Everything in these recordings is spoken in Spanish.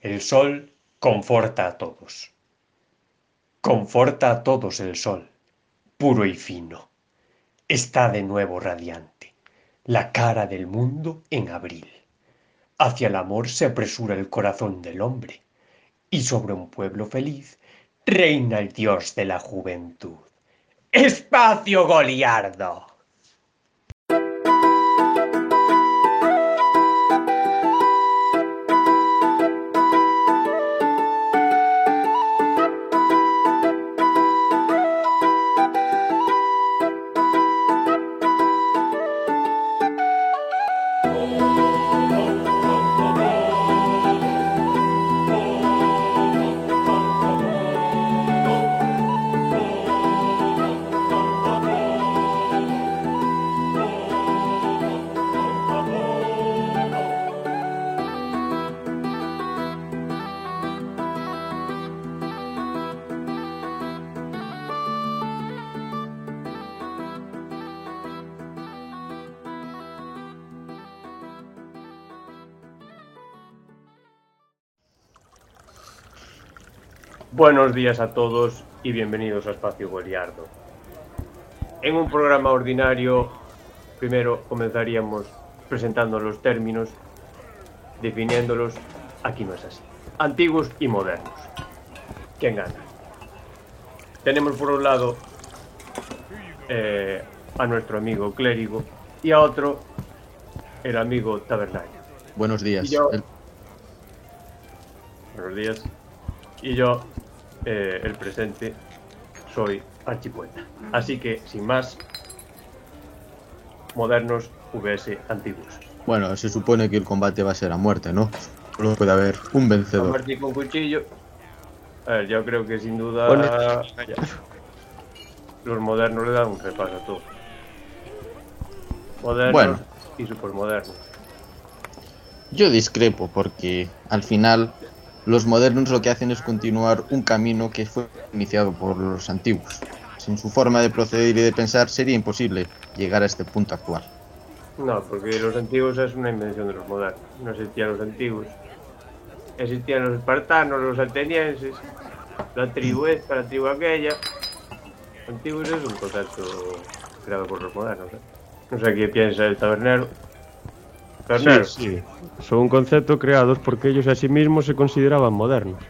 El sol conforta a todos. Conforta a todos el sol, puro y fino. Está de nuevo radiante, la cara del mundo en abril. Hacia el amor se apresura el corazón del hombre, y sobre un pueblo feliz reina el dios de la juventud. Espacio Goliardo. Buenos días a todos y bienvenidos a Espacio Goliardo. En un programa ordinario, primero comenzaríamos presentando los términos, definiéndolos, aquí no es así, antiguos y modernos. ¿Quién gana? Tenemos por un lado eh, a nuestro amigo clérigo y a otro el amigo tabernario. Buenos días. Y yo- El- Buenos días. Y yo, eh, el presente, soy archipoeta. Así que, sin más, modernos VS antiguos. Bueno, se supone que el combate va a ser a muerte, ¿no? Solo puede haber un A vencedor. Martí con cuchillo. A ver, yo creo que sin duda Bueno. ya. los modernos le dan un repaso a todo. Modernos Bueno. y supermodernos. Yo discrepo porque al final los modernos lo que hacen es continuar un camino que fue iniciado por los antiguos. Sin su forma de proceder y de pensar sería imposible llegar a este punto actual. No, porque los antiguos es una invención de los modernos. No existían los antiguos. Existían los espartanos, los atenienses, la tribu esta, la tribu aquella. Antiguos es un concepto creado por los modernos. ¿eh? No sé qué piensa el tabernero. Tabernero, Sí, son conceptos creados porque ellos a sí mismos se consideraban modernos.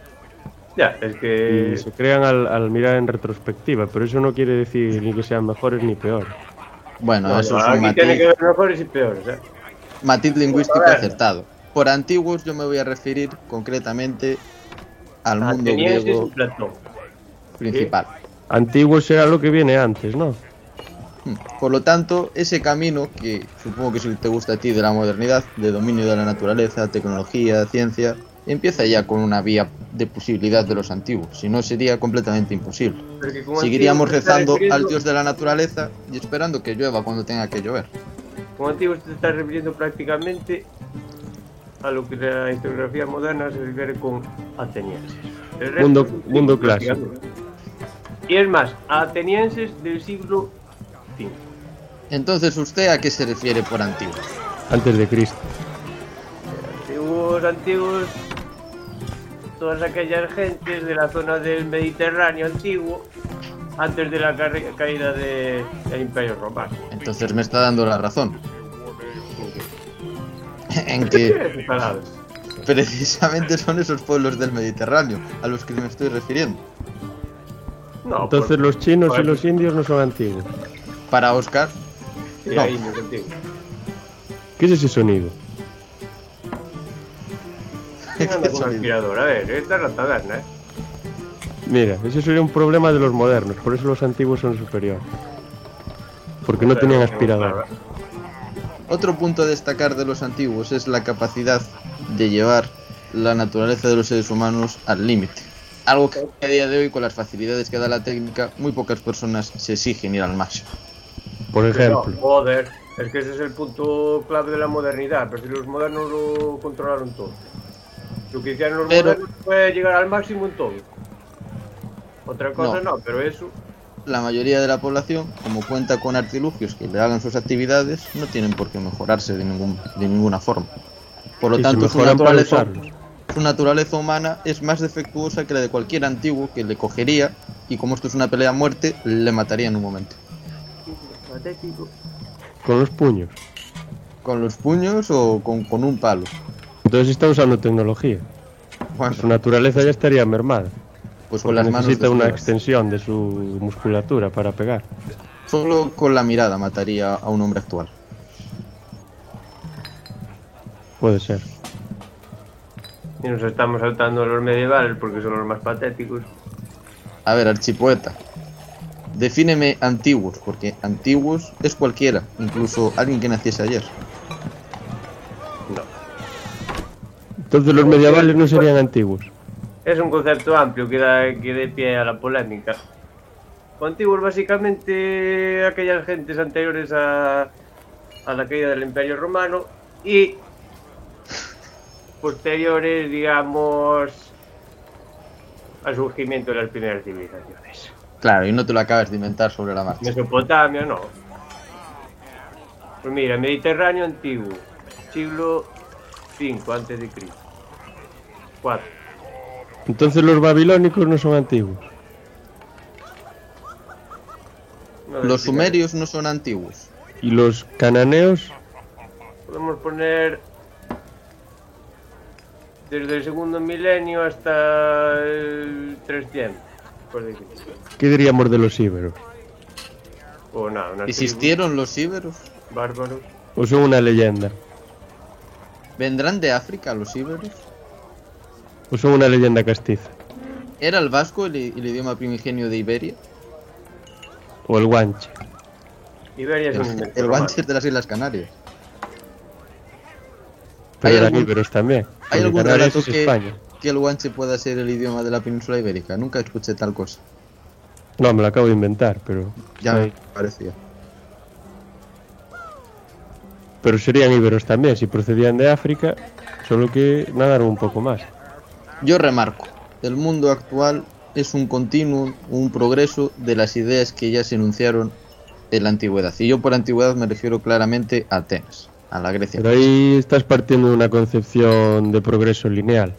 ya, es que. y se crean al, al mirar en retrospectiva, pero eso no quiere decir ni que sean mejores ni peores. Bueno, Bueno, eso es aquí un matiz, tiene que haber mejores y peores. ¿eh? matiz lingüístico Bueno, a ver. acertado. Por antiguos yo me voy a referir concretamente al Ah, mundo Atenienses y griego Platón. principal. Antiguos será lo que viene antes, ¿no? Hmm. Por lo tanto, ese camino, que supongo que es el que te gusta a ti de la modernidad, de dominio de la naturaleza, tecnología, ciencia, empieza ya con una vía de posibilidad de los antiguos, si no sería completamente imposible. Porque como Seguiríamos antiguos te estás rezando al refiriendo- dios de la naturaleza y esperando que llueva cuando tenga que llover. Como antiguos te estás refiriendo prácticamente a lo que la historiografía moderna se refiere con atenienses. El resto Mundo- es un mundo siglo clásico. prácticamente. Y es más, atenienses del siglo V. Entonces, ¿usted a qué se refiere por antiguos? Antes de Cristo. Antiguos, antiguos, todas aquellas gentes de la zona del Mediterráneo antiguo, antes de la carre- caída de- del Imperio Romano. Entonces me está dando la razón. En que Esas palabras. precisamente son esos pueblos del Mediterráneo a los que me estoy refiriendo. No, Entonces por- los chinos y por- los indios no son antiguos. Para Oscar, sí, no. ahí no es antiguo. ¿Qué es ese sonido? ¿Quién anda con aspirador? A ver, esta es la taberna, ¿eh? Mira, ese sería un problema de los modernos, por eso los antiguos son superiores. Porque no tenían aspirador. Otro punto a destacar de los antiguos es la capacidad de llevar la naturaleza de los seres humanos al límite. Algo que a día de hoy, con las facilidades que da la técnica, muy pocas personas se exigen ir al máximo. Por No, ejemplo. joder, es que ese es el punto clave de la modernidad, pero si los modernos lo controlaron todo. Lo que hicieron los Pero- modernos fue llegar al máximo en todo. Otra cosa no, pero eso, La mayoría de la población, como cuenta con artilugios que le hagan sus actividades, no tienen por qué mejorarse de, ningún- de ninguna forma. Por lo Y se tanto, su mejoran para naturaleza, usarlos. su naturaleza humana es más defectuosa que la de cualquier antiguo que le cogería y como esto es una pelea a muerte, le mataría en un momento. Patético. Con los puños. ¿Con los puños o con, con un palo? Entonces está usando tecnología. Bueno, Su naturaleza ya estaría mermada. pues con porque las manos. necesita una desnudas. extensión de su musculatura para pegar. Solo con la mirada mataría a un hombre actual. Puede ser. Y nos estamos saltando a los medievales porque son los más patéticos. A ver, archipoeta. Defíneme antiguos, porque antiguos es cualquiera, incluso alguien que naciese ayer. No. Entonces los medievales no serían antiguos. Es un concepto amplio que da que dé pie a la polémica. Antiguos básicamente aquellas gentes anteriores a, a la caída del Imperio Romano y posteriores, digamos, al surgimiento de las primeras civilizaciones. Claro, y no te lo acabas de inventar sobre la marcha. Mesopotamia, no. Pues mira, Mediterráneo antiguo, siglo V antes de Cristo. 4. Entonces los babilónicos no son antiguos. Los sumerios no son antiguos. Y los cananeos, Podemos poner desde el segundo milenio hasta el 300. por decir. ¿qué diríamos de los íberos? O nada, una tribu, ¿Existieron los íberos? Bárbaros. ¿O son una leyenda? ¿Vendrán de África los íberos? ¿O son una leyenda castiza? ¿Era el vasco el, i- el idioma primigenio de Iberia? ¿O el guanche? Iberia es un El, invento el romano. Guanche es de las Islas Canarias. Pero ¿Hay eran algún- íberos también. ¿Hay porque algún Canarias relato es que, España. que el guanche pueda ser el idioma de la península ibérica? Nunca escuché tal cosa. No, me lo acabo de inventar, pero. Ya Sí. me parecía. Pero serían íberos también, si procedían de África, solo que nadaron un poco más. Yo remarco, el mundo actual es un continuo, un progreso de las ideas que ya se enunciaron en la antigüedad. Y yo por antigüedad me refiero claramente a Atenas, a la Grecia. Pero ahí estás partiendo de una concepción de progreso lineal,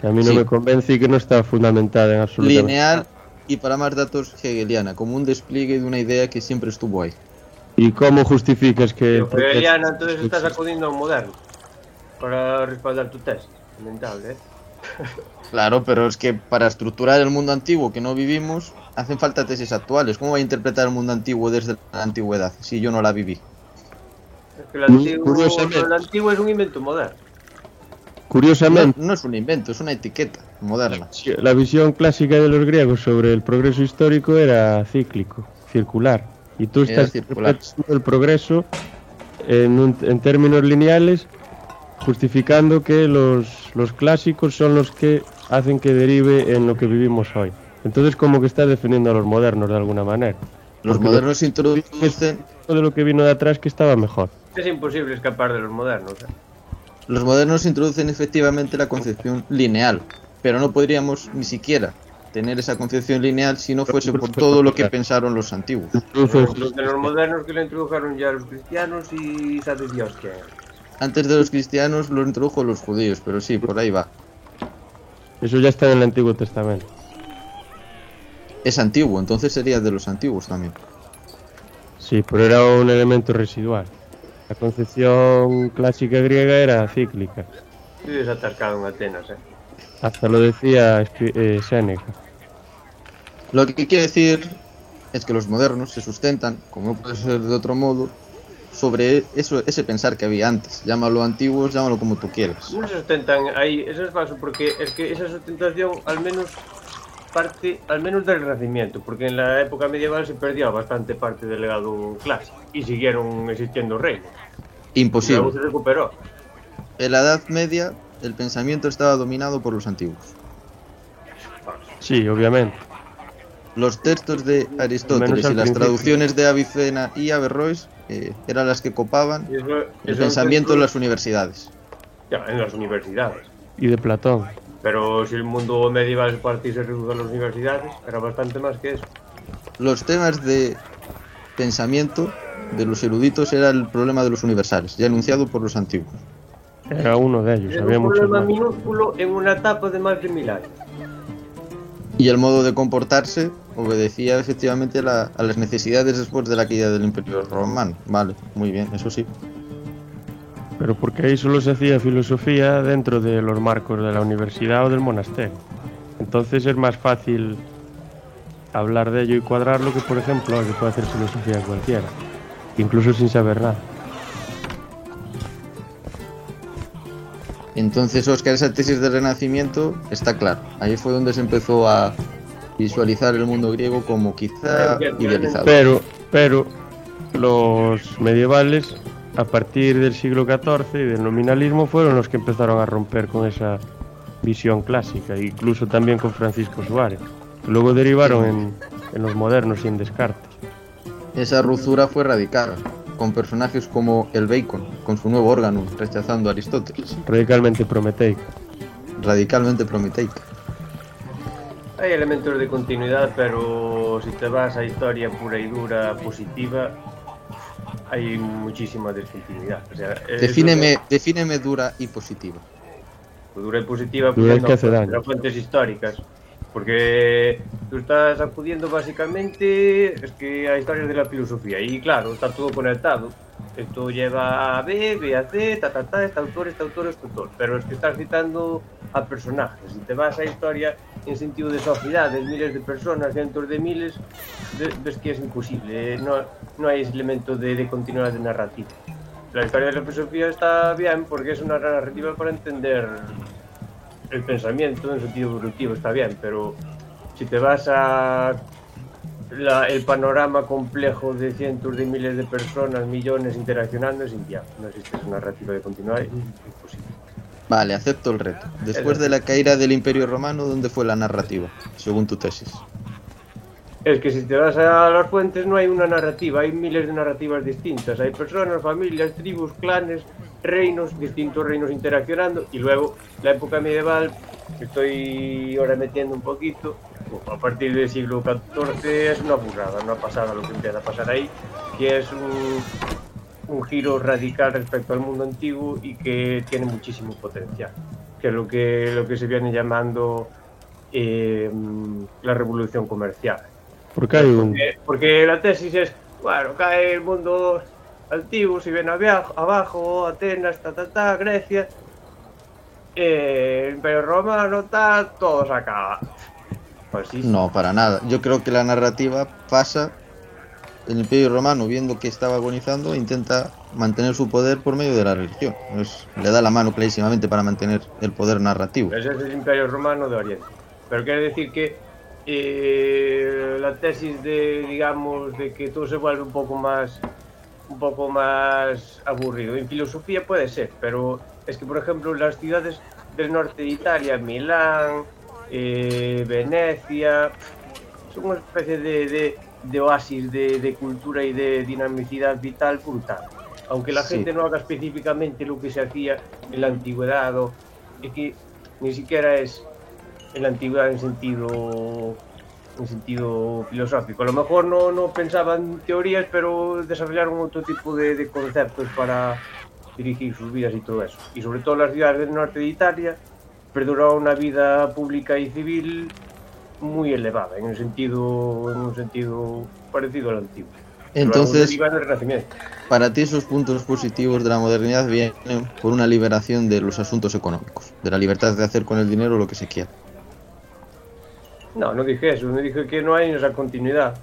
que a mí no Sí. me convence y que no está fundamentada en absoluto. Lineal y para más datos hegeliana, como un despliegue de una idea que siempre estuvo ahí. ¿Y cómo justificas que.? el Pero progreso hegeliana, entonces exista? estás acudiendo a un moderno para respaldar tu tesis. Lamentable, ¿eh? Claro, pero es que para estructurar el mundo antiguo que no vivimos, hacen falta tesis actuales. ¿Cómo va a interpretar el mundo antiguo desde la antigüedad si yo no la viví? Es que el Mm, Cu- antiguo, curiosamente- el antiguo es un invento moderno. No, Curiosamente, no es un invento, es una etiqueta moderna. la visión clásica de los griegos sobre el progreso histórico era cíclico, circular. Y tú Era estás circular. interpretando el progreso en, un- en términos lineales, justificando que los, los clásicos son los que hacen que derive en lo que vivimos hoy. Entonces, como que estás defendiendo a los modernos de alguna manera. Los Porque lo- modernos introducen Todo de lo que vino de atrás que estaba mejor. Es imposible escapar de los modernos. ¿eh? Los modernos introducen efectivamente la concepción lineal, pero no podríamos ni siquiera tener esa concepción lineal si no fuese por todo lo que pensaron los antiguos. Pues, Los de los modernos que lo introdujeron ya los cristianos y sabe Dios que Antes de los cristianos lo introdujo los judíos, pero sí, por ahí va. Eso ya está en el Antiguo Testamento. Es antiguo, entonces sería de los antiguos también. Sí, pero era un elemento residual. La concepción clásica griega era cíclica. estoy desatascado en Atenas. ¿eh? Hasta lo decía Spi- eh, Séneca. Lo que quiere decir es que los modernos se sustentan, como no puede ser de otro modo, sobre eso, ese pensar que había antes. Llámalo antiguos, llámalo como tú quieras. No se sustentan ahí, eso es falso, porque es que esa sustentación al menos parte, al menos del Renacimiento, porque en la época medieval se perdió bastante parte del legado clásico y siguieron existiendo reinos. Y Imposible. luego se recuperó. En la Edad Media el pensamiento estaba dominado por los antiguos. Sí, obviamente. Los textos de Aristóteles al y las principio. traducciones de Avicena y Averroes eh, eran las que copaban Y eso- el eso pensamiento en en, las universidades. ya, en las universidades. Y de Platón. Pero si el mundo medieval se partía y se redujo a las universidades, era bastante más que eso. Los temas de pensamiento de los eruditos era el problema de los universales, ya enunciado por los antiguos. Era uno de ellos, Era Pues había un muchos problema más. minúsculo en una etapa de más de mil años. Y el modo de comportarse obedecía efectivamente la- a las necesidades después de la caída del Imperio Romano. Vale, muy bien, eso sí. Pero porque ahí solo se hacía filosofía dentro de los marcos de la universidad o del monasterio. Entonces es más fácil hablar de ello y cuadrarlo que, por ejemplo, que puede hacer filosofía cualquiera, incluso sin saber nada. Entonces, Oscar, esa tesis del Renacimiento está claro. Ahí fue donde se empezó a visualizar el mundo griego como quizá idealizado. Pero, pero los medievales, a partir del siglo XIV y del nominalismo, fueron los que empezaron a romper con esa visión clásica, incluso también con Francisco Suárez. que Luego derivaron en, en los modernos y en Descartes. Esa ruptura fue radical, con personajes como el Bacon, con su nuevo órgano, rechazando a Aristóteles, radicalmente prometeico. radicalmente prometeica. Hay elementos de continuidad, pero si te vas a historia pura y dura positiva, hay muchísima discontinuidad. O sea, es- Defíneme, defíneme dura y positiva. Pues Dura y positiva Dura es acudiendo que hace a daño. las pues, fuentes históricas. Porque tú estás acudiendo básicamente es que a historias de la filosofía. Y claro, está todo conectado. Esto lleva a B, B a C, ta, ta, ta, este autor, este autor, este autor. Pero es que estás citando a personajes. Si te vas a historia en sentido de sociedades, miles de personas, cientos de miles, ve- ves que es imposible. eh, No, no hay elemento de, de continuidad de narrativa. La historia de la filosofía está bien porque es una narrativa para entender el pensamiento en sentido evolutivo, está bien, pero si te vas a la- el panorama complejo de cientos de miles de personas, millones interaccionando, es inviable. No existe esa narrativa de continuar, es imposible. Vale, acepto el reto. Después de la caída del Imperio Romano, ¿dónde fue la narrativa? Según tu tesis. Es que si te vas a las fuentes no hay una narrativa, hay miles de narrativas distintas. Hay personas, familias, tribus, clanes, reinos, distintos reinos interaccionando. Y luego la época medieval, que estoy ahora metiendo un poquito, pues, a partir del siglo XIV es una burrada, una pasada lo que empieza a pasar ahí, que es un, un giro radical respecto al mundo antiguo y que tiene muchísimo potencial, que es lo que, lo que se viene llamando eh, la revolución comercial. Porque hay un. Eh, porque la tesis es, bueno, cae el mundo antiguo, si ven abia- abajo, Atenas, ta, ta, ta, Grecia, eh, el Imperio Romano, ta, todo se acaba. Pues sí, No, para nada. Yo creo que la narrativa pasa. El Imperio Romano, viendo que estaba agonizando, intenta mantener su poder por medio de la religión. Es- le da la mano clarísimamente para mantener el poder narrativo. ese es el Imperio Romano de Oriente. Pero quiere decir que eh, la tesis de, digamos, de que todo se vuelve un poco más un poco más aburrido. En filosofía puede ser, pero es que, por ejemplo, las ciudades del norte de Italia, Milán, eh, Venecia, son una especie de, de- de oasis de, de cultura y de dinamicidad vital brutal. Aunque la Sí. gente no haga específicamente lo que se hacía en la antigüedad, o, es que ni siquiera es en la antigüedad en sentido en sentido filosófico. A lo mejor no, no pensaban teorías, pero desarrollaron otro tipo de, de conceptos para dirigir sus vidas y todo eso. Y sobre todo las ciudades del norte de Italia perduraba una vida pública y civil muy elevada, en un sentido, en un sentido parecido al antiguo. Entonces, Pero algo derivado del Renacimiento. Para ti esos puntos positivos de la modernidad vienen por una liberación de los asuntos económicos, de la libertad de hacer con el dinero lo que se quiera. No, no dije eso, no dije que no hay esa continuidad.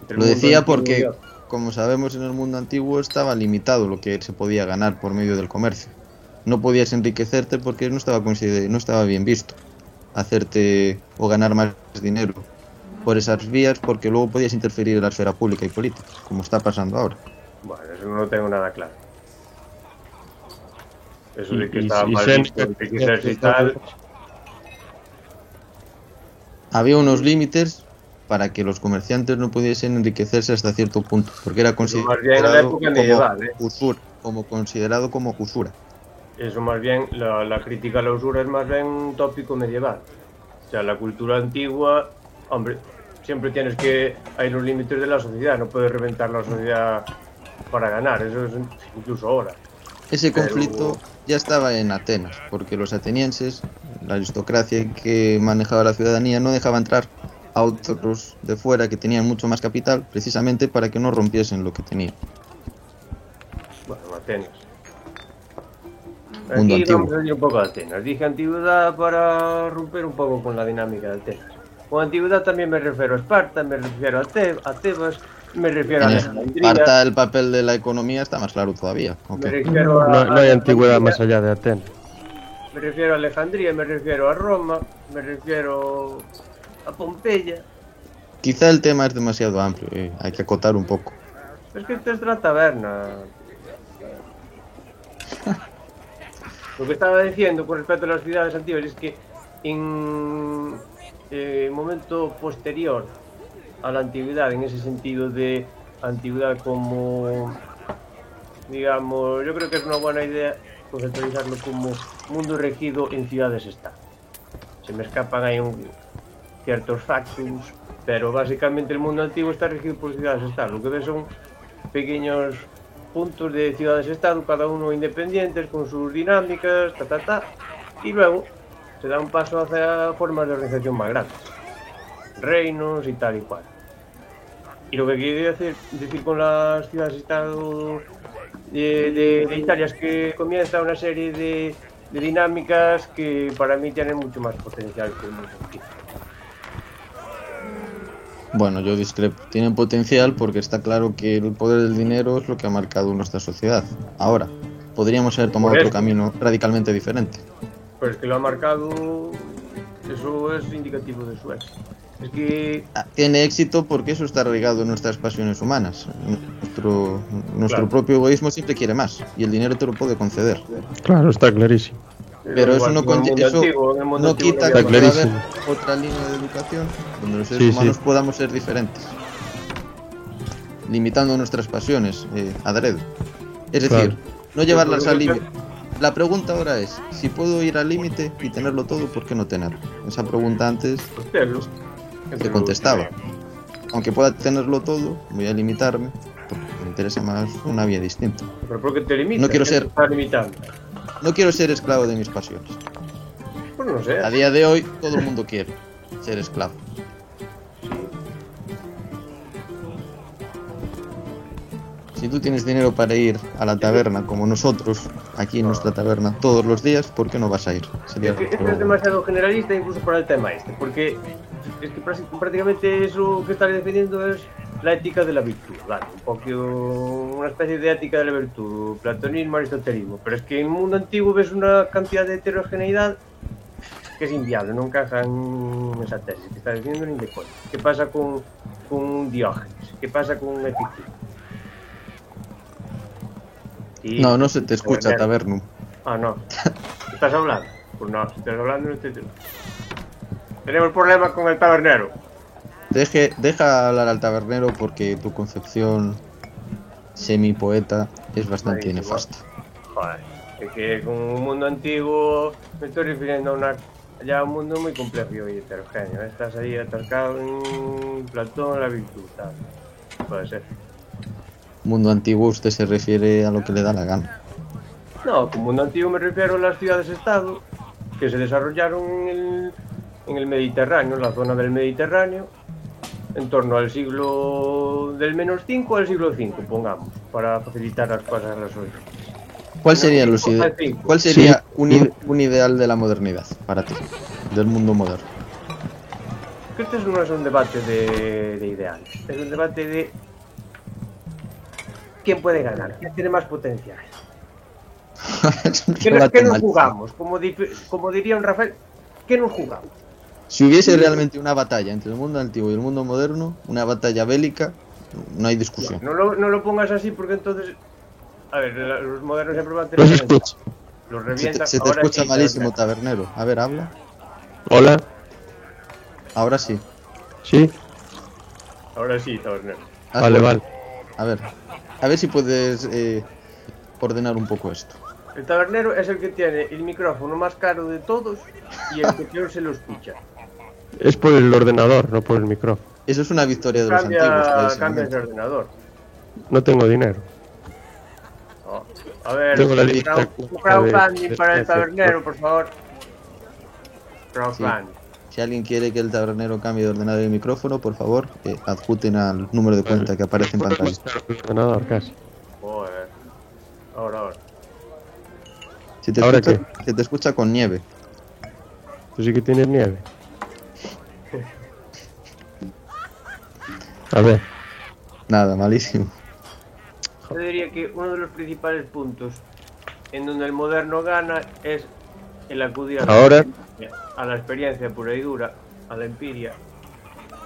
entre el Lo mundo decía antiguo y porque, ahora. como sabemos, en el mundo antiguo estaba limitado lo que se podía ganar por medio del comercio. No podías enriquecerte porque no estaba, consider- no estaba bien visto hacerte o ganar más dinero por esas vías porque luego podías interferir en la esfera pública y política, como está pasando ahora. Bueno, eso no lo tengo nada claro. Eso de que y- y- estaba y mal Sen- visto, de que se asistal- había unos límites para que los comerciantes no pudiesen enriquecerse hasta cierto punto, porque era Eso más bien en la considerado época como medieval, ¿eh? usura, como considerado como usura. Eso más bien, la, la crítica a la usura es más bien un tópico medieval. O sea, la cultura antigua, hombre, siempre tienes que... Hay los límites de la sociedad, no puedes reventar la sociedad para ganar, eso es incluso ahora. Ese Pero- conflicto ya estaba en Atenas, porque los atenienses, la aristocracia que manejaba la ciudadanía, no dejaba entrar a otros de fuera que tenían mucho más capital, precisamente para que no rompiesen lo que tenían. Bueno, Atenas. Mundo Aquí antiguo. vamos a ir un poco a Atenas. Dije antigüedad para romper un poco con la dinámica de Atenas. Con antigüedad también me refiero a Esparta, me refiero a, Te- a Tebas, me refiero a En Alejandría, Esparta el papel de la economía está más claro todavía. ¿o me qué? refiero No, a, no hay a antigüedad Alejandría. más allá de Atenas. Me refiero a Alejandría, me refiero a Roma, me refiero a Pompeya. Quizá el tema es demasiado amplio, eh, hay que acotar un poco. Es que esto es la taberna. Lo que estaba diciendo con respecto a las ciudades antiguas es que en eh, momento posterior a la antigüedad, en ese sentido de antigüedad como, digamos, yo creo que es una buena idea conceptualizarlo como mundo regido en ciudades-estado. Se me escapan ahí un, ciertos factums, pero básicamente el mundo antiguo está regido por ciudades-estado. Lo que ves son pequeños puntos de ciudades-estado, cada uno independientes, con sus dinámicas, ta, ta, ta, y luego se da un paso hacia formas de organización más grandes, reinos y tal y cual. Y lo que quería decir, decir con las ciudades-estado de, de- de Italia es que comienza una serie de, de dinámicas que para mí tienen mucho más potencial que el mundo antiguo. Bueno, yo discrepo. Tienen potencial porque está claro que el poder del dinero es lo que ha marcado nuestra sociedad. Ahora, podríamos haber tomado Por otro eso. camino radicalmente diferente. Pues que lo ha marcado, eso es indicativo de su ex. Es que, Ah, Tiene éxito porque eso está arraigado en nuestras pasiones humanas. Nuestro, nuestro Claro. propio egoísmo siempre quiere más y el dinero te lo puede conceder. Claro, está clarísimo. Pero eso no con conlle- el mundo eso antiguo, en el mundo No antiguo quita no que había Está pueda nada. haber clarísimo. otra línea de educación donde los seres Sí, sí. humanos podamos ser diferentes, limitando nuestras pasiones eh, adrede. Es Claro. decir, no llevarlas Yo al creo que- límite. La pregunta ahora es, si puedo ir al límite y tenerlo todo, ¿por qué no tenerlo? Esa pregunta antes Usted, ¿no? te contestaba. Aunque pueda tenerlo todo, voy a limitarme, porque me interesa más una vía distinta. Pero ¿por qué te limitas? No quiero ¿Qué ser- te Está limitando. No quiero ser esclavo de mis pasiones. Pues no sé. A día de hoy todo el mundo quiere ser esclavo. Si tú tienes dinero para ir a la taberna como nosotros, aquí en nuestra taberna, todos los días, ¿por qué no vas a ir? Sería Es que esto es otro- demasiado generalista incluso para el tema este, porque es que prácti- prácticamente eso que está defendiendo es la ética de la virtud, vale, un poco una especie de ética de la virtud, platonismo, aristotelismo, pero es que en el mundo antiguo ves una cantidad de heterogeneidad que es inviable, no encaja en esa tesis que está defendiendo ni de coña. ¿Qué pasa con, con Diógenes? ¿Qué pasa con Epicuro? Y- No, no se te escucha, Tabernum. Ah, no. ¿Estás hablando? Pues no, si estás hablando no estoy Tenemos problemas con el tabernero. Deje, deja hablar al tabernero porque tu concepción semi-poeta es bastante Ahí, nefasta. Joder, es que con un mundo antiguo me estoy refiriendo a una, ya a un mundo muy complejo y heterogéneo. Estás ahí atascado en Platón, la virtud, tal. Puede ser. Mundo antiguo, usted se refiere a lo que le da la gana. No, con mundo antiguo me refiero a las ciudades-estado que se desarrollaron en el, en el Mediterráneo, en la zona del Mediterráneo, en torno al siglo del menos 5 al siglo 5, pongamos, para facilitar las cosas a las otras. ¿Cuál sería, los ide- Al cinco. ¿cuál sería un, ide- Mm. un ideal de la modernidad para ti, del mundo moderno? Que este no es un debate de, de ideales, es un debate de quién puede ganar, quién tiene más potencial. Es un ¿Qué, nos- debate qué nos mal. jugamos? Como, dif- como diría un Rafael, ¿qué nos jugamos? Si hubiese realmente una batalla entre el mundo antiguo y el mundo moderno, una batalla bélica, no hay discusión. No lo, no lo pongas así porque entonces. A ver, la- los modernos siempre van a No tener. se Pues escucha. Los Pues Se te, revientan. se te ahora escucha sí, malísimo, ahora tabernero. A ver, habla. Hola, Ahora sí. ¿sí? sí, Ahora sí, Tabernero. Haz vale, por- vale. A ver, a ver si puedes eh, ordenar un poco esto. El tabernero es el que tiene el micrófono más caro de todos y el que peor se lo escucha. Es por el ordenador, no por el micrófono. Eso es una victoria de los Cambia, antiguos. cambias de precisamente. ordenador. No tengo dinero. No. A ver, Tengo la crowd- lista. este, crowdfunding para el Perfecto. tabernero, por favor. Crowdfunding. Si alguien quiere que el tabernero cambie de ordenador y micrófono, por favor, eh, adjuten al número de cuenta que aparece en pantalla. ordenador casi. Joder. Ahora, ahora. Se te, ¿Ahora escucha, se te escucha con nieve. Tú Pues sí que tienes nieve. A ver, Nada, malísimo. Yo diría que uno de los principales puntos en donde el moderno gana es el acudir a, ahora a la experiencia pura y dura, a la empiria.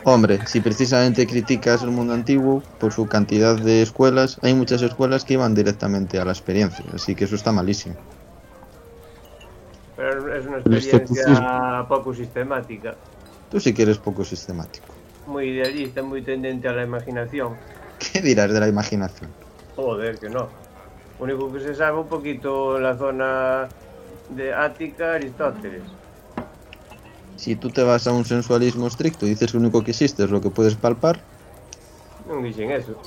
Hombre, si precisamente criticas el mundo antiguo por su cantidad de escuelas, hay muchas escuelas que iban directamente a la experiencia, así que eso está malísimo. Pero es una El experiencia esteticismo. poco sistemática, Tú sí que eres poco sistemático. muy idealista, muy tendente a la imaginación. ¿Qué dirás de la imaginación? Joder, que no. Único que se sabe un poquito la zona de Ática, Aristóteles. Si tú te vas a un sensualismo estricto y dices que lo único que existe es lo que puedes palpar, No dicen eso.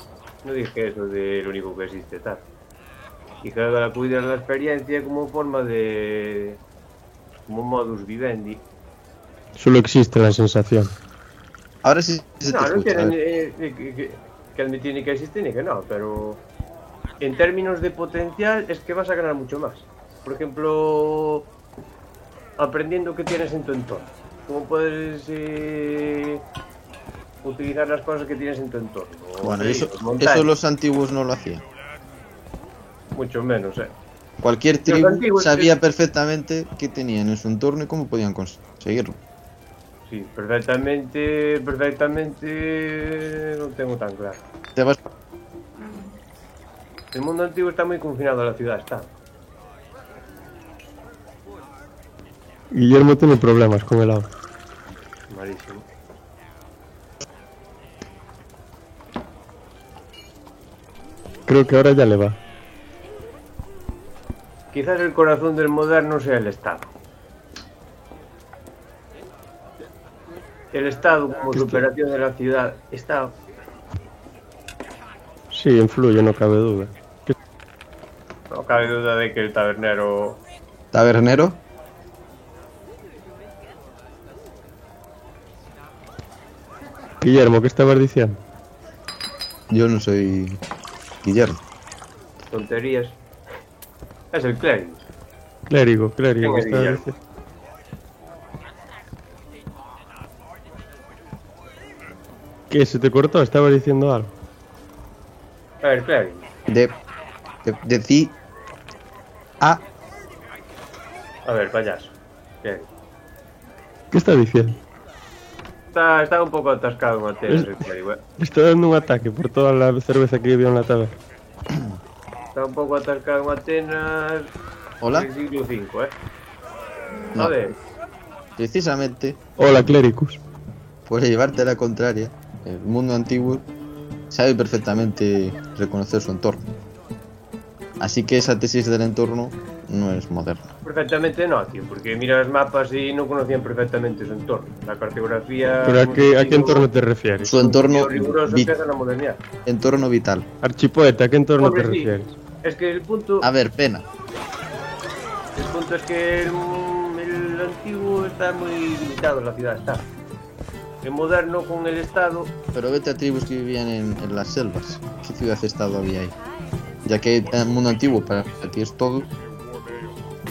No dije eso de lo único que existe, tal. Y claro, la cuidar la experiencia como forma de. como un modus vivendi. solo existe la sensación. ahora sí se te No, no escucha. tienen ¿eh? eh, eh, que, que- que admitir ni que existe ni que no, pero en términos de potencial es que vas a ganar mucho más. Por ejemplo, aprendiendo qué tienes en tu entorno, cómo puedes eh, utilizar las cosas que tienes en tu entorno. pues, Bueno, ríos, eso, montañas, eso los antiguos no lo hacían. Mucho menos, eh. Cualquier tribu antiguos, sabía sí. perfectamente qué tenían en su entorno y cómo podían conseguirlo. Sí, perfectamente, perfectamente no tengo tan claro. Te vas El mundo antiguo está muy confinado a la ciudad, está. Guillermo tiene problemas con el agua. Malísimo. Creo que ahora ya le va. Quizás el corazón del moderno sea el Estado. El Estado como superación de la ciudad está Sí, influye, no cabe duda. no cabe duda de que el tabernero tabernero, Guillermo, ¿qué estabas diciendo? yo no soy Guillermo. tonterías es el clérigo. Clérigo, clérigo, Venga, ¿qué estabas Guillermo. diciendo? ¿Qué? ¿Se te cortó? Estabas diciendo algo. A ver, clérigo. De, de, de Ah, ti a A ver, payaso. Clérigo. ¿Qué está diciendo? Está, está un poco atascado en materias el clérigo. eh. Le Está dando un ataque por toda la cerveza que bebió en la taberna. Está un poco atascado en Atenas Hola. del siglo V, ¿eh? No, A ver, precisamente Hola, clérigos. por llevarte a la contraria, el mundo antiguo sabe perfectamente reconocer su entorno. Así que esa tesis del entorno no es moderna. perfectamente no, tío, porque mira los mapas y no conocían perfectamente su entorno. La cartografía... ¿Pero a qué, a qué como entorno te refieres? Su entorno, riguroso vi- que es la modernidad. entorno vital. Archipoeta, ¿a qué entorno te Hombre, sí. refieres? Es que el punto, A ver, pena. el punto es que el, el antiguo está muy limitado, la ciudad está. El moderno con el Estado, Pero vete a tribus que vivían en, en las selvas. ¿Qué ciudad-estado había ahí? Ya que en el mundo antiguo para ti es todo.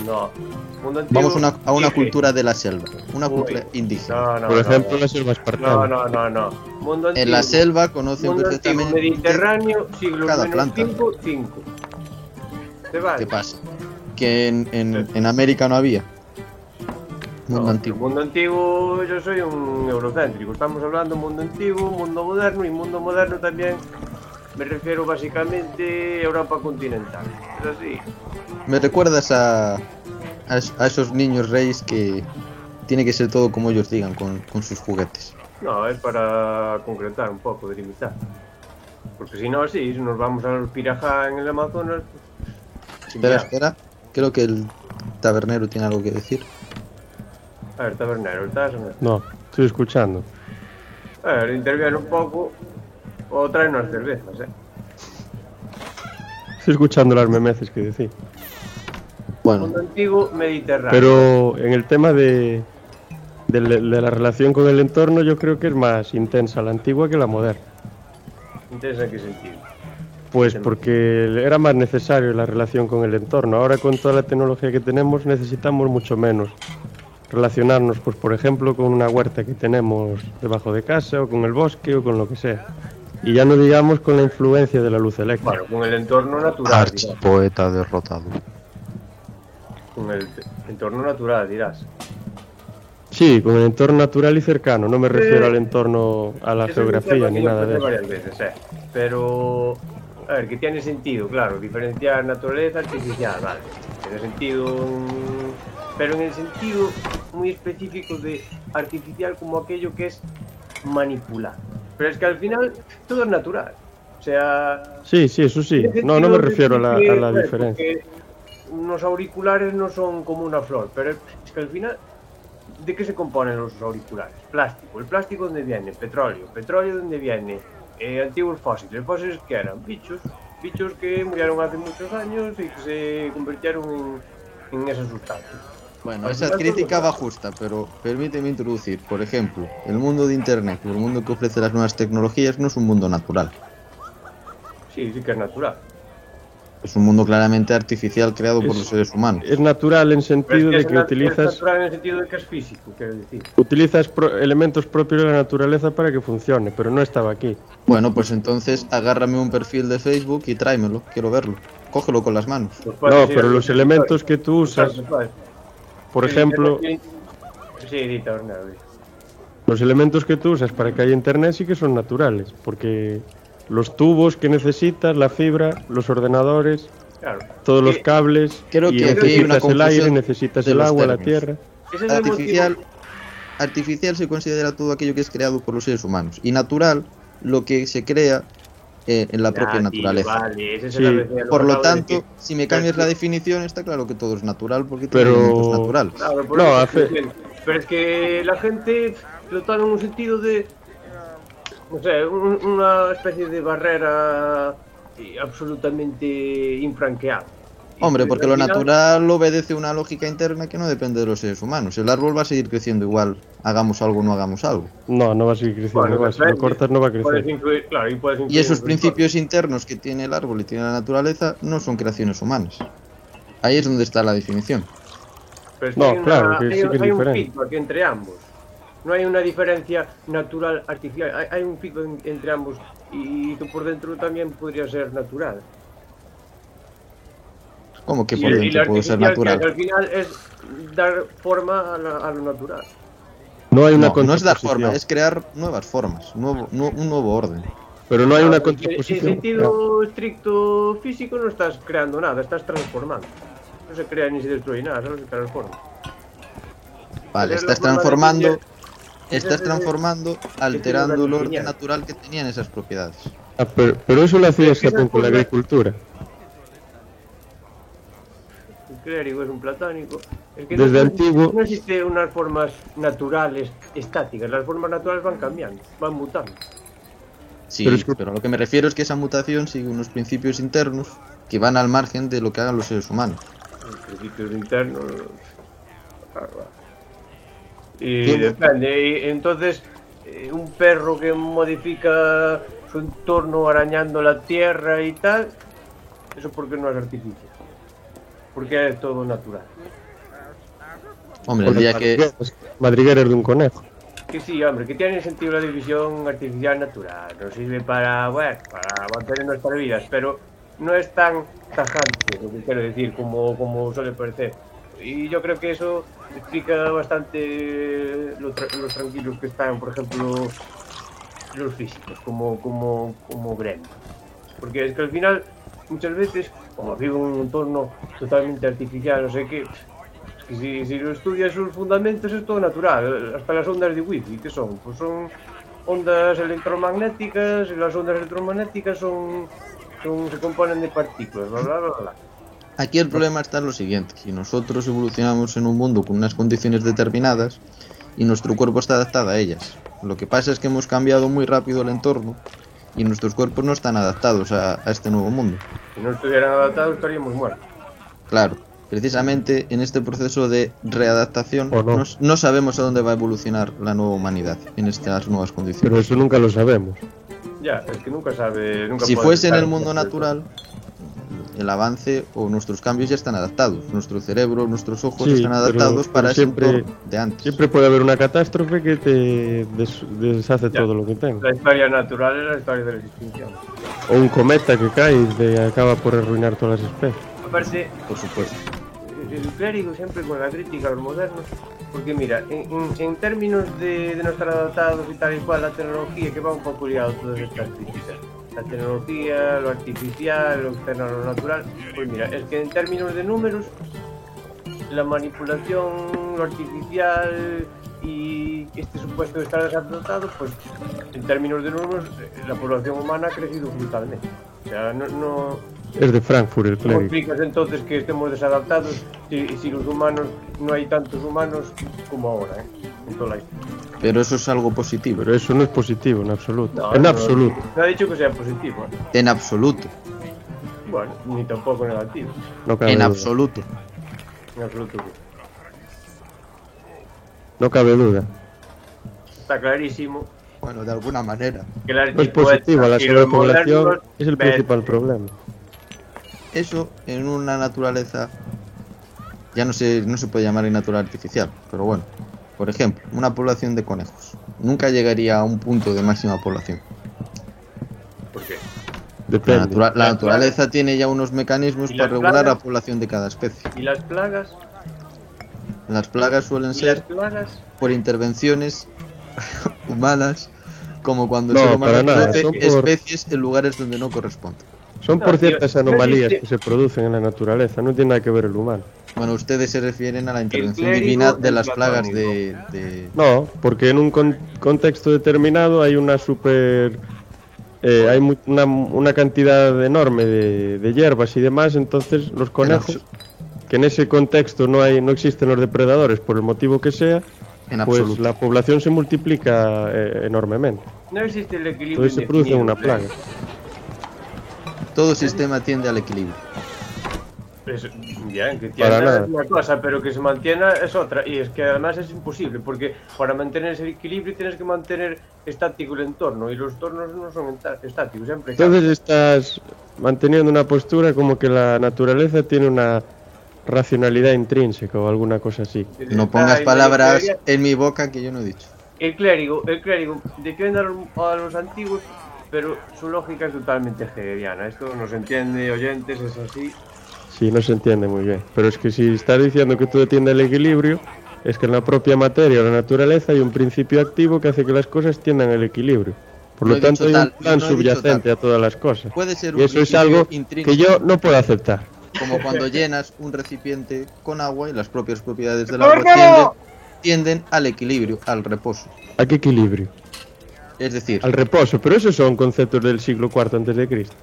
no. Mundo antiguo, Vamos a una, a una dije, cultura de la selva, una Uy. cultura indígena. No, no, Por no, ejemplo, no. la selva No, espartana. no, no, no. Mundo antiguo. En la selva conocen Mundo antiguo perfectamente. mediterráneo, siglo cada menos planta. 5, 5. ¿Te vale? ¿Qué pasa? Que en, en- en América no había. Mundo No, antiguo. Mundo antiguo, yo soy un eurocéntrico. Estamos hablando mundo antiguo, mundo moderno y mundo moderno también. Me refiero básicamente a Europa continental. Es así. Me recuerdas a, a, es- a esos niños reyes que tiene que ser todo como ellos digan, con, con sus juguetes. No, es para concretar un poco, delimitar. Porque si no, sí, si nos vamos a los pirajá en el Amazonas. pues, sin Espera, mirar. espera. Creo que el tabernero tiene algo que decir. A ver, tabernero, ¿estás? o no? No, estoy escuchando. A ver, interviene un poco o traen unas cervezas, ¿eh? Estoy escuchando las memeces que decís. Bueno, Mundo antiguo mediterráneo. Pero en el tema de, de, la- de la relación con el entorno, yo creo que es más intensa la antigua que la moderna. Interesa en qué sentido. Pues porque era más necesario la relación con el entorno. Ahora con toda la tecnología que tenemos necesitamos mucho menos relacionarnos, pues por ejemplo, con una huerta que tenemos debajo de casa o con el bosque o con lo que sea. Y ya no digamos con la influencia de la luz eléctrica. Bueno, con el entorno natural. dirás. Archipoeta derrotado. Con el entorno natural, dirás. Sí, con el entorno natural y cercano. No me Sí. refiero al entorno, a la Eso es un tema geografía que ni yo nada escuché de eso. varias veces, eh. Pero, a ver, que tiene sentido, claro, diferenciar naturaleza artificial, vale. Tiene sentido, mm, pero en el sentido muy específico de artificial como aquello que es manipular. Pero es que al final todo es natural. O sea, Sí, sí, eso sí. Tiene No, no me sentido refiero a la, decir a que, la ver, diferencia. pues, porque Unos auriculares no son como una flor, pero es que al final, ¿de qué se componen los auriculares? Plástico. ¿El plástico dónde viene? Petróleo. ¿Petróleo dónde viene? Eh, antiguos fósiles. ¿Fósiles que eran? Bichos. Bichos que murieron hace muchos años y que se convirtieron en, en esas sustancias. bueno, al esa final todo crítica es- va justa, pero permíteme introducir, por ejemplo, el mundo de Internet, el mundo que ofrece las nuevas tecnologías, no es un mundo natural. Sí, sí que es natural. Es un mundo claramente artificial creado por Es- los seres humanos. Es natural en Pero es sentido de es que nat- Es utilizas, natural en el sentido de que es físico, quiero decir. utilizas pro- elementos propios de la naturaleza para que funcione, pero no estaba aquí. Bueno, pues entonces agárrame un perfil de Facebook y tráemelo, quiero verlo. Cógelo con las manos. Pues puedes No, ir pero a- los elementos que tú Claro, usas, puedes. por Sí, ejemplo, Sí, edita, Bernardo. los elementos que tú usas para que haya internet sí que son naturales, porque los tubos que necesitas, la fibra, los ordenadores, Claro. todos los Eh, cables, Creo y que aquí hay una necesitas el confusión aire, necesitas de el los agua, la términos. tierra. Ese es el Artificial, motivo- artificial se considera todo aquello que es creado por los seres humanos. Y natural, lo que se crea eh, en la propia Ah, sí, naturaleza. vale, ese es Sí, el ABC, lo Por lo acabo de decir. tanto, si me cambias la definición, está claro que todo es natural porque Pero- tiene elementos naturales. Claro, por No, eso hace- es que- Pero es que la gente lo toma en un sentido de. No sé, un- una especie de barrera eh, absolutamente infranqueable. Y pues, Hombre, al porque lo final- natural obedece una lógica interna que no depende de los seres humanos. El árbol va a seguir creciendo igual, hagamos algo o no hagamos algo. No, no va a seguir creciendo, Bueno, pues va, si lo depende. cortas no va a crecer. Puedes influir, claro, y puedes Y influir esos en el entorno. principios internos que tiene el árbol y tiene la naturaleza no son creaciones humanas. Ahí es donde está la definición. Pero es No, hay una- claro, que hay, sí que es hay un diferente. feedback entre ambos. No hay una diferencia natural artificial. Hay, hay un feedback en- entre ambos y, tú por dentro también podría ser natural. ¿Cómo que Y por el- y la dentro puede ser artificial que hace natural? al final es dar forma a, la- a lo natural. No hay una No, no es dar contraposición, forma, es crear nuevas formas, nuevo, nu- un nuevo orden. pero no hay una Claro, en- En contraposición. sentido estricto físico no estás creando nada, estás transformando. No se crea ni se destruye nada, solo se transforma. Vale, Esa es la estás forma de transformando, entender- estás de- transformando, alterando el orden lineal. natural que tenían esas propiedades. Ah, pero, pero eso lo hacía Es que esa Chapin con la forma- agricultura. un clérigo es un platónico. Es que Desde no, antiguo- No existe unas formas naturales estáticas. Las formas naturales van cambiando, van mutando. Sí, Pero pero, es que- a lo que me refiero es que esa mutación sigue unos principios internos que van al margen de lo que hagan los seres humanos. Los principios internos. claro. Y Bien. depende. y entonces, eh, un perro que modifica su entorno arañando la tierra y tal, eso porque no es artificio. Porque es todo natural. Hombre, Con el los día que madrigueros- madrigueros de un conejo. Que sí, hombre, que tiene sentido la división artificial natural. Nos sirve para, bueno, para avanzar en nuestras vidas, pero no es tan tajante, lo que quiero decir, como, como suele parecer. Y yo creo que eso explica bastante lo, tra- los tranquilos que están, por ejemplo, los físicos, como, como, como Gremlin. Porque es que al final, muchas veces, como vivo en un entorno totalmente artificial, no sé qué, es que si, si lo estudias sus fundamentos es todo natural. Hasta las ondas de wifi, ¿qué son? Pues son ondas electromagnéticas y las ondas electromagnéticas son, son se componen de partículas, bla, bla, bla, bla. aquí el problema está en lo siguiente, si nosotros evolucionamos en un mundo con unas condiciones determinadas y nuestro cuerpo está adaptado a ellas. Lo que pasa es que hemos cambiado muy rápido el entorno y nuestros cuerpos no están adaptados a, a este nuevo mundo. Si no estuvieran adaptados estaríamos muertos. Claro, precisamente en este proceso de readaptación O no. s- sabemos a dónde va a evolucionar la nueva humanidad en estas nuevas Pero condiciones. eso nunca lo sabemos. Ya, es que nunca sabe... Nunca si puede fuese en estar el mundo perfecto. natural, el avance o nuestros cambios ya están adaptados. Nuestro cerebro, nuestros ojos Sí, están pero- adaptados pero para ese siempre- entorno de antes. Siempre puede haber una catástrofe que te des- deshace Ya. todo lo que tengas. La historia natural es la historia de la extinción. O un cometa que cae y te acaba por arruinar todas las especies. Aparte, Por supuesto. el clérigo siempre con la crítica a los modernos, porque mira, en, en- en términos de, de no estar adaptados y tal y cual, la tecnología que va un poco liado todas estas críticas. La tecnología, lo artificial, lo externo, lo natural, pues mira, es que en términos de números, la manipulación, lo artificial y este supuesto de estar adaptado, pues en términos de números, eh, la población humana ha crecido brutalmente. O sea, no- no, Es de Frankfurt el ¿Cómo clérigo. explicas entonces que estemos desadaptados si, si los humanos no hay tantos humanos como ahora, eh? En toda la historia. Pero eso es algo positivo. ¿eh? Pero eso no es positivo en absoluto. en no, absoluto. No, ha dicho que sea positivo. ¿eh? En absoluto. Bueno, ni tampoco negativo. No cabe, En duda. absoluto. En absoluto. No cabe duda. Está clarísimo Bueno, de alguna manera. que la No es positiva la sobrepoblación. Es el principal problema. Eso en una naturaleza ya no se, no se puede llamar natural artificial, pero bueno. Por ejemplo, una población de conejos. Nunca llegaría a un punto de máxima población. ¿Por qué? La, Depende. natura- la Las naturaleza tiene ya unos mecanismos ¿Y para las regular la plagas? población de cada especie. ¿Y las plagas? Las plagas suelen ¿Y las ser plagas? por intervenciones humanas, como cuando el No, ser humano para nada, introduce son por- especies en lugares donde no corresponde. Son No, por tío, ciertas no anomalías existe- que se producen en la naturaleza. No tiene nada que ver el humano. Bueno, ustedes se refieren a la intervención clérigo divina de es las plagas platónico. de- de, No, porque en un con- contexto determinado hay una super. eh, hay mu- una, una cantidad enorme de, de hierbas y demás, entonces los conejos, que en ese contexto no hay no existen los depredadores por el motivo que sea, en pues absoluto. la población se multiplica eh, enormemente. No existe el equilibrio. Entonces se produce indefinido, una ¿eh? plaga. Todo sistema tiende al equilibrio. Es- bien, que Para tiene nada. es una cosa, pero que se mantiene es otra. Y es que además es imposible, porque para mantener ese equilibrio tienes que mantener estático el entorno, y los entornos no son enta- estáticos, siempre Entonces estás manteniendo una postura como que la naturaleza tiene una racionalidad intrínseca o alguna cosa así. cambian. No pongas Ay, palabras María Eugenia, en mi boca que yo no he dicho. El clérigo, el clérigo defiende a los, a los antiguos, pero su lógica es totalmente hegeliana. Esto nos entiende, oyentes, es así. Sí, no se entiende muy bien. Pero es que si estás diciendo que todo tiende al equilibrio, es que en la propia materia o la naturaleza hay un principio activo que hace que las cosas tiendan al equilibrio. Por No lo he dicho tanto, hay tal, un no plan he dicho subyacente tal. a todas las cosas. Puede ser un Y eso es equilibrio algo que intrínseco, yo no puedo aceptar. como cuando llenas un recipiente con agua y las propias propiedades del agua tienden, ¡Porco! tienden al equilibrio, al reposo. ¿A qué equilibrio? Es decir, Al reposo. Pero esos son conceptos del siglo IV antes de Cristo.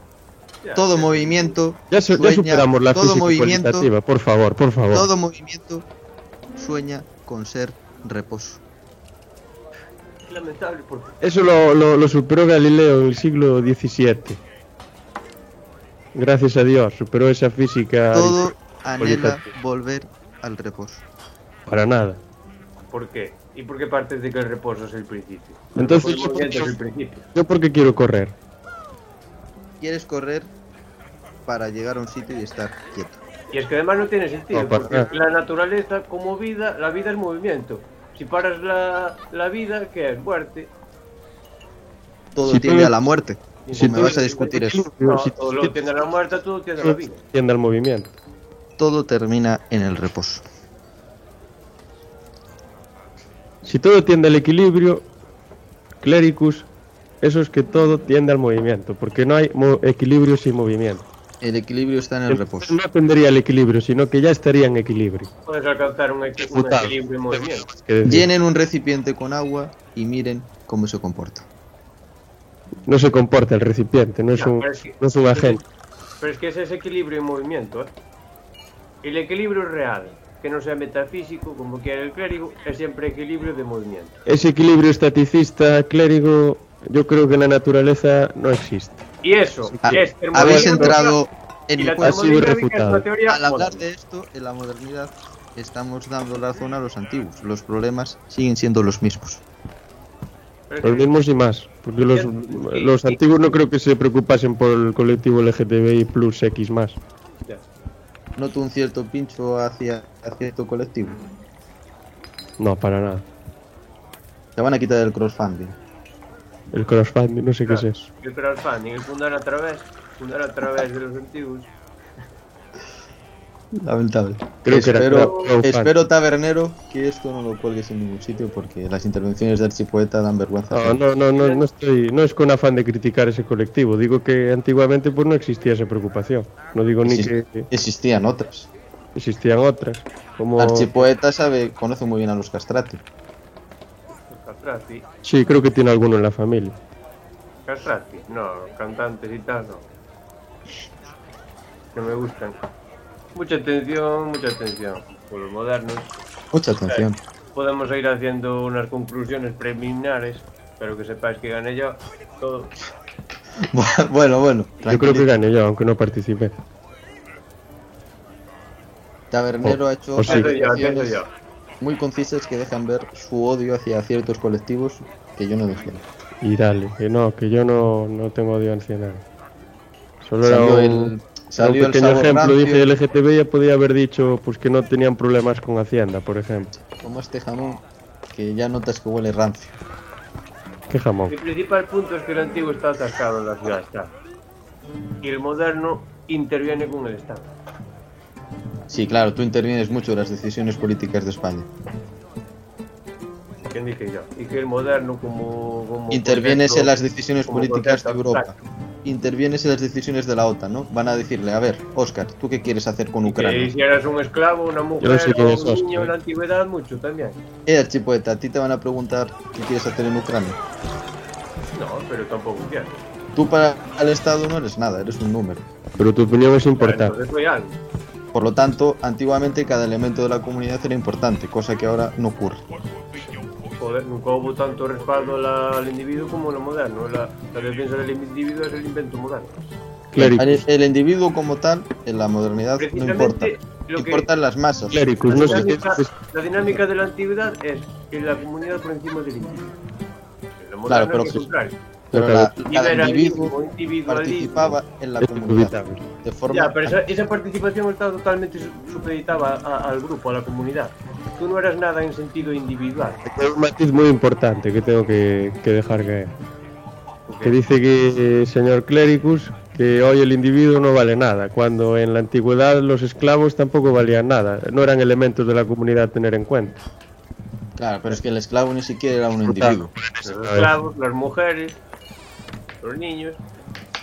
Ya, todo es- movimiento, Ya, su- ya sueña, superamos la todo física movimiento, cualitativa, por favor, por favor. todo movimiento sueña con ser reposo. es lamentable porque Eso lo, lo- lo superó Galileo en el siglo XVII. Gracias a Dios, superó esa física. Todo anhela cualitativa. volver al reposo. Para nada. ¿Por qué? ¿Y por qué partes de que el reposo es el principio? Entonces, el movimiento es el principio. Yo porque quiero correr. Quieres correr para llegar a un sitio y estar quieto. Y es que además no tiene sentido, No, para porque nada. la naturaleza como vida, la vida es movimiento. Si paras la, la vida, ¿qué es? Muerte. Todo Si tú tiende le- a la muerte. Y Si no me me vas a parece discutir que- eso. No, Si- todo lo tiende a la muerte, todo tiene la vida. Tiende al movimiento. Todo termina en el reposo. Si todo tiende al equilibrio, clericus, eso es que todo tiende al movimiento, porque no hay mo- equilibrio sin movimiento. El equilibrio está en el Entonces reposo. no tendría el equilibrio, sino que ya estaría en equilibrio. Puedes alcanzar un, equi- un Disfrutar. equilibrio en movimiento. Es que decir, Llenen un recipiente con agua y miren cómo se comporta. No se comporta el recipiente, no es Ya, pues. un, pero es que- no es un agente. Pero es que ese es equilibrio en movimiento. ¿eh? El equilibrio real, que no sea metafísico, como quiera el clérigo, es siempre equilibrio de movimiento. Ese equilibrio estaticista clérigo yo creo que la naturaleza no existe. Y eso Ah, es termodinámica. Habéis entrado en y mi la Ha cuerpo. sido termodinámica es refutado. una teoría Al hablar moderna. de esto, en la modernidad, estamos dando la razón a los antiguos. Los problemas siguen siendo los mismos. Pero Los es que- mismos y más. Porque los, los antiguos no creo que se preocupasen por el colectivo LGTBI plus X más. ya. Noto un cierto pincho hacia, hacia cierto colectivo. No, para nada. Te van a quitar el crowdfunding. El crowdfunding, no sé qué Claro. es eso. El crowdfunding, el fundar a través, fundar a través de los antiguos. Lamentable. Creo que era espero, crowdfunding. espero, tabernero, que esto no lo cuelgues en ningún sitio porque las intervenciones de Archipoeta dan vergüenza. No, no, no, no, no estoy, no es con afán de criticar ese colectivo. Digo que antiguamente pues no existía esa preocupación. No digo ni Exist- que Existían otras. existían otras. Como Archipoeta sabe, conoce muy bien a los castrati. Castrati, sí, creo que tiene alguno en la familia. castrati, no, cantantes y tal, no. Que me gustan. Mucha atención, mucha atención. Por los modernos. Mucha atención. Podemos ir haciendo unas conclusiones preliminares, pero que sepáis que gané yo todo. bueno, bueno. Yo creo que tranquilidad. gané yo, aunque no participé. Tabernero O- ha hecho o Oh, sí. Pienso yo, pienso afirmaciones yo. muy concisas que dejan ver su odio hacia ciertos colectivos que yo no defiendo. Y dale, que no, que yo no, no tengo odio hacia nada. Solo era Salió un, el, era un salió el pequeño sabor ejemplo. rancio, Dije LGTB ya podía haber dicho pues que no tenían problemas con Hacienda, por ejemplo. como este jamón que ya notas que huele rancio. Qué jamón. Mi principal punto es que el antiguo está atascado en la ciudad está. Y el moderno interviene con el Estado. Sí, claro, tú intervienes mucho en las decisiones políticas de España. ¿Quién dije yo? Y que el moderno como... como Intervienes en concepto- las decisiones como políticas de concepto Europa. abstracto. Intervienes en las decisiones de la OTAN, ¿no? Van a decirle, a ver, Oscar, ¿tú qué quieres hacer con Que Ucrania? si eras un esclavo, una Yo no mujer, sé quién o es un Oscar. niño en la antigüedad, mucho también. Eh, Archipoeta, a ti te van a preguntar qué quieres hacer en Ucrania. No, pero tampoco quiero. Tú para el Estado no eres nada, eres un número. Pero tu opinión es importante. Entonces pues, soy algo. Por lo tanto, antiguamente cada elemento de la comunidad era importante, cosa que ahora no ocurre. Joder, nunca hubo tanto respaldo a la- al individuo como a lo moderno. La, la defensa del individuo es el invento moderno. El, Clérigos, el individuo como tal, en la modernidad, no importa. Precisamente lo que Importan las masas. clérigos, las no sé qué. dinámica- pues, la dinámica de la antigüedad es que la comunidad por encima del individuo. En lo Claro, moderno pero es que- lo contrario. Pero Claro. la- cada individuo Liberalismo, individualismo. participaba en la Es comunidad indubitable. de forma Ya, pero esa, esa participación está totalmente su- supeditada a- al grupo, a la comunidad. Tú no eras nada en sentido individual. Hay un matiz muy importante que tengo que, que dejar caer. porque- Que dice que, eh, señor Clericus, que hoy el individuo no vale nada, cuando en la antigüedad los esclavos tampoco valían nada, no eran elementos de la comunidad a tener en cuenta. Claro, pero es que el esclavo ni siquiera era un Total. individuo. los esclavos, las mujeres, los niños.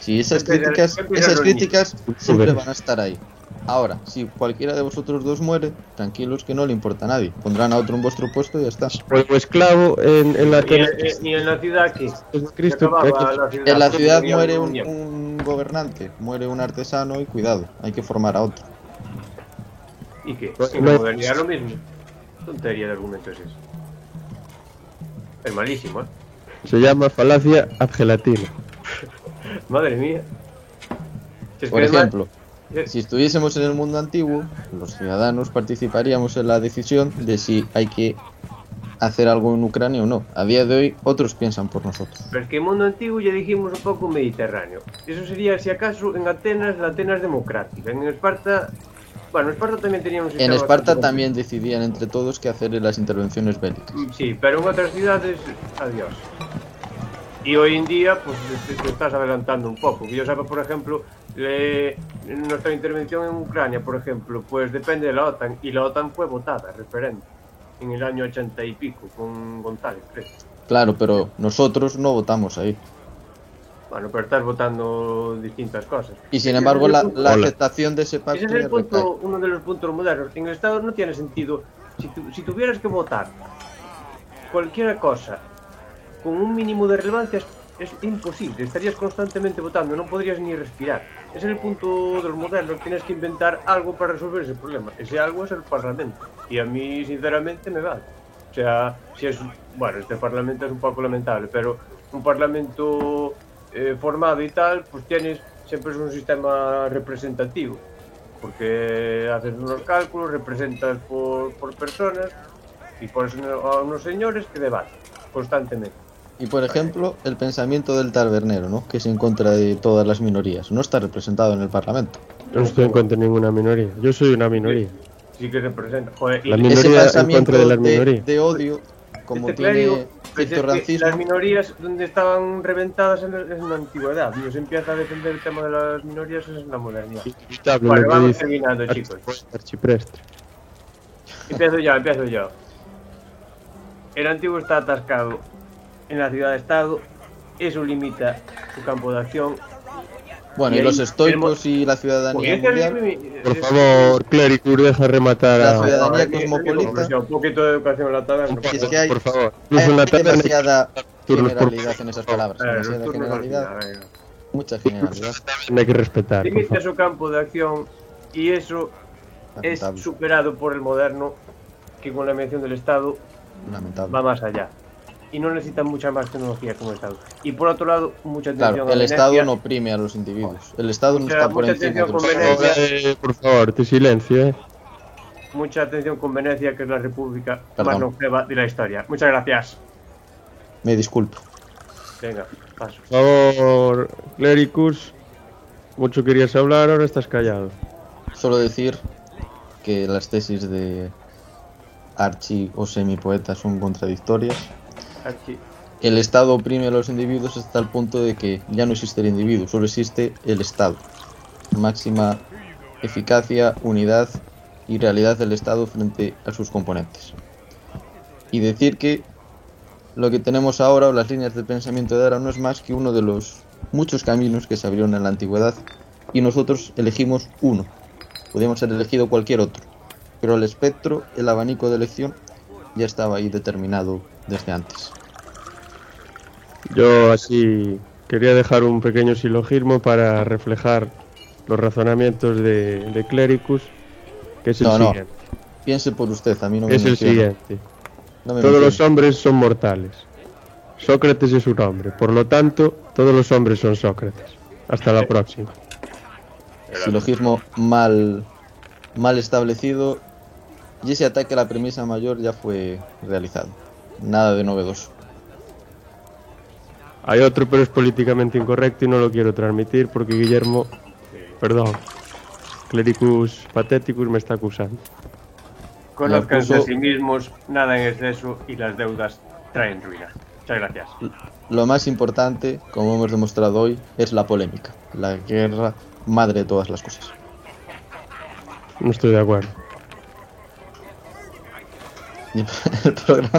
Si esas Siempre era- críticas, siempre era esas lo críticas siempre Joder. van a estar ahí. Ahora, si cualquiera de vosotros dos muere, tranquilos que no le importa a nadie. Pondrán a otro en vuestro puesto y ya está. Pues, Como esclavo en, en la Y en, tierra de y en la ciudad que Ah, Cristo, eh, hay la ciudad, En la ciudad moría muere un, muñeco. un gobernante, muere un artesano y cuidado, hay que formar a otro. ¿Y qué? No, En la no. modernidad lo mismo. Tontería de argumento es eso. Es malísimo, ¿eh? que- se llama falacia abgelatina. Madre mía. Si es Por que además- ejemplo, eh, Si estuviésemos en el mundo antiguo, los ciudadanos participaríamos en la decisión de si hay que hacer algo en Ucrania o no. A día de hoy, otros piensan por nosotros. Pero es que el mundo antiguo ya dijimos un poco mediterráneo. Eso sería, si acaso, en Atenas, la Atenas democrática. En Esparta. Bueno, Esparta también tenía un En sistema Esparta bastante también decidían entre todos qué hacer en las intervenciones bélicas. Mm, Sí, pero en otras ciudades, adiós. Y hoy en día, pues te, te- te estás adelantando un poco. Que yo sepa, por ejemplo, le- nuestra intervención en Ucrania, por ejemplo, pues depende de la OTAN. Y la OTAN fue votada, referente, en el año 80 y pico, con González, creo. Claro, pero nosotros no votamos ahí. Bueno, pero estás votando distintas cosas. Y sin embargo, la, la Hola. aceptación de ese Ese pacto es le el punto, recae. uno de los puntos modernos. En el Estado no tiene sentido. Si, tu- si tuvieras que votar cualquier cosa con un mínimo de relevancia es, es imposible. Estarías constantemente votando, no podrías ni respirar. Ese es el punto de los modernos. Tienes que inventar algo para resolver ese problema. Ese algo es el Parlamento. Y a este mí, sinceramente, me vale. O sea, si es. Bueno, este Parlamento es un poco lamentable, pero un parlamento eh, formado y tal, pues tienes siempre es un sistema representativo, porque haces unos cálculos, representas por, por personas y pones a unos señores que debaten constantemente. Y por ejemplo, el pensamiento del tabernero, ¿no? Que es en contra de todas las minorías. No está representado en el Parlamento. Yo no estoy en contra de ninguna minoría. Yo soy una minoría. Sí que representa. Joder, y La este minoría en Ese pensamiento contra de las de, minorías. de odio, como clérigo, tiene pues cierto es que rancismo, las minorías donde estaban reventadas en, la- en la antigüedad, y se empieza a defender el tema de las minorías es en la modernidad. Inevitable Vale, lo que vamos dice terminando, chicos. Arch- Archiprestre. Empiezo yo, empiezo yo. El antiguo está atascado en la ciudad-estado. Eso limita su campo de acción. bueno, y y ahí los estoicos y la ciudadanía Porque este es mundial, que- Por favor, clérigo, deja rematar La a... ciudad- ciudadanía es que- cosmopolita. es que- Un poquito de educación en la taberna. Si es que hay, Por favor. Incluso en la hay taberna- demasiada turnos por- generalidad en esas palabras. Eh, los Demasiada turnos al generalidad, final, venga. mucha generalidad. hay que respetar. por Limita favor. su campo de acción y eso es Lamentable, superado por el moderno que con la mención del Estado lamentable. va más allá. Y no necesita mucha más tecnología como el Estado. Y por otro lado, mucha atención Claro, a el Venecia. Estado no oprime a los individuos. El Estado no Mucha- está por mucha encima de atención los con individuos. Venecia. Eh, por favor, te silencio, eh. Mucha atención con Venecia, que es la república más Perdón. longeva de la historia. Muchas gracias. Me disculpo. Venga, paso. Por favor, cléricus. Mucho querías hablar, ahora estás callado. Solo decir que las tesis de archi o semipoeta son contradictorias. Aquí. El Estado oprime a los individuos hasta el punto de que ya no existe el individuo, solo existe el Estado. Máxima eficacia, unidad y realidad del Estado frente a sus componentes. Y decir que lo que tenemos ahora o las líneas de pensamiento de ahora no es más que uno de los muchos caminos que se abrieron en la antigüedad y nosotros elegimos uno. Podíamos haber elegido cualquier otro, pero el espectro, el abanico de elección ya estaba ahí determinado desde antes. Yo así quería dejar un pequeño silogismo para reflejar los razonamientos de, de Clericus, que es el No, no, siguiente. Piense por usted, a mí no me es el menciona. siguiente. No me Todos los menciona. hombres son mortales. Sócrates es un hombre, por lo tanto, todos los hombres son Sócrates. Hasta la próxima. Silogismo mal, mal establecido. Y ese ataque a la premisa mayor ya fue realizado. Nada de novedoso. Hay otro, pero es políticamente incorrecto y no lo quiero transmitir porque Guillermo, perdón, Clericus Pateticus me está acusando. Conozcanse Lo a puso- sí mismos, nada en exceso y las deudas traen ruina. Muchas gracias. Lo más importante, como hemos demostrado hoy, es la polémica. La guerra madre de todas las cosas. No estoy de acuerdo. Y El programa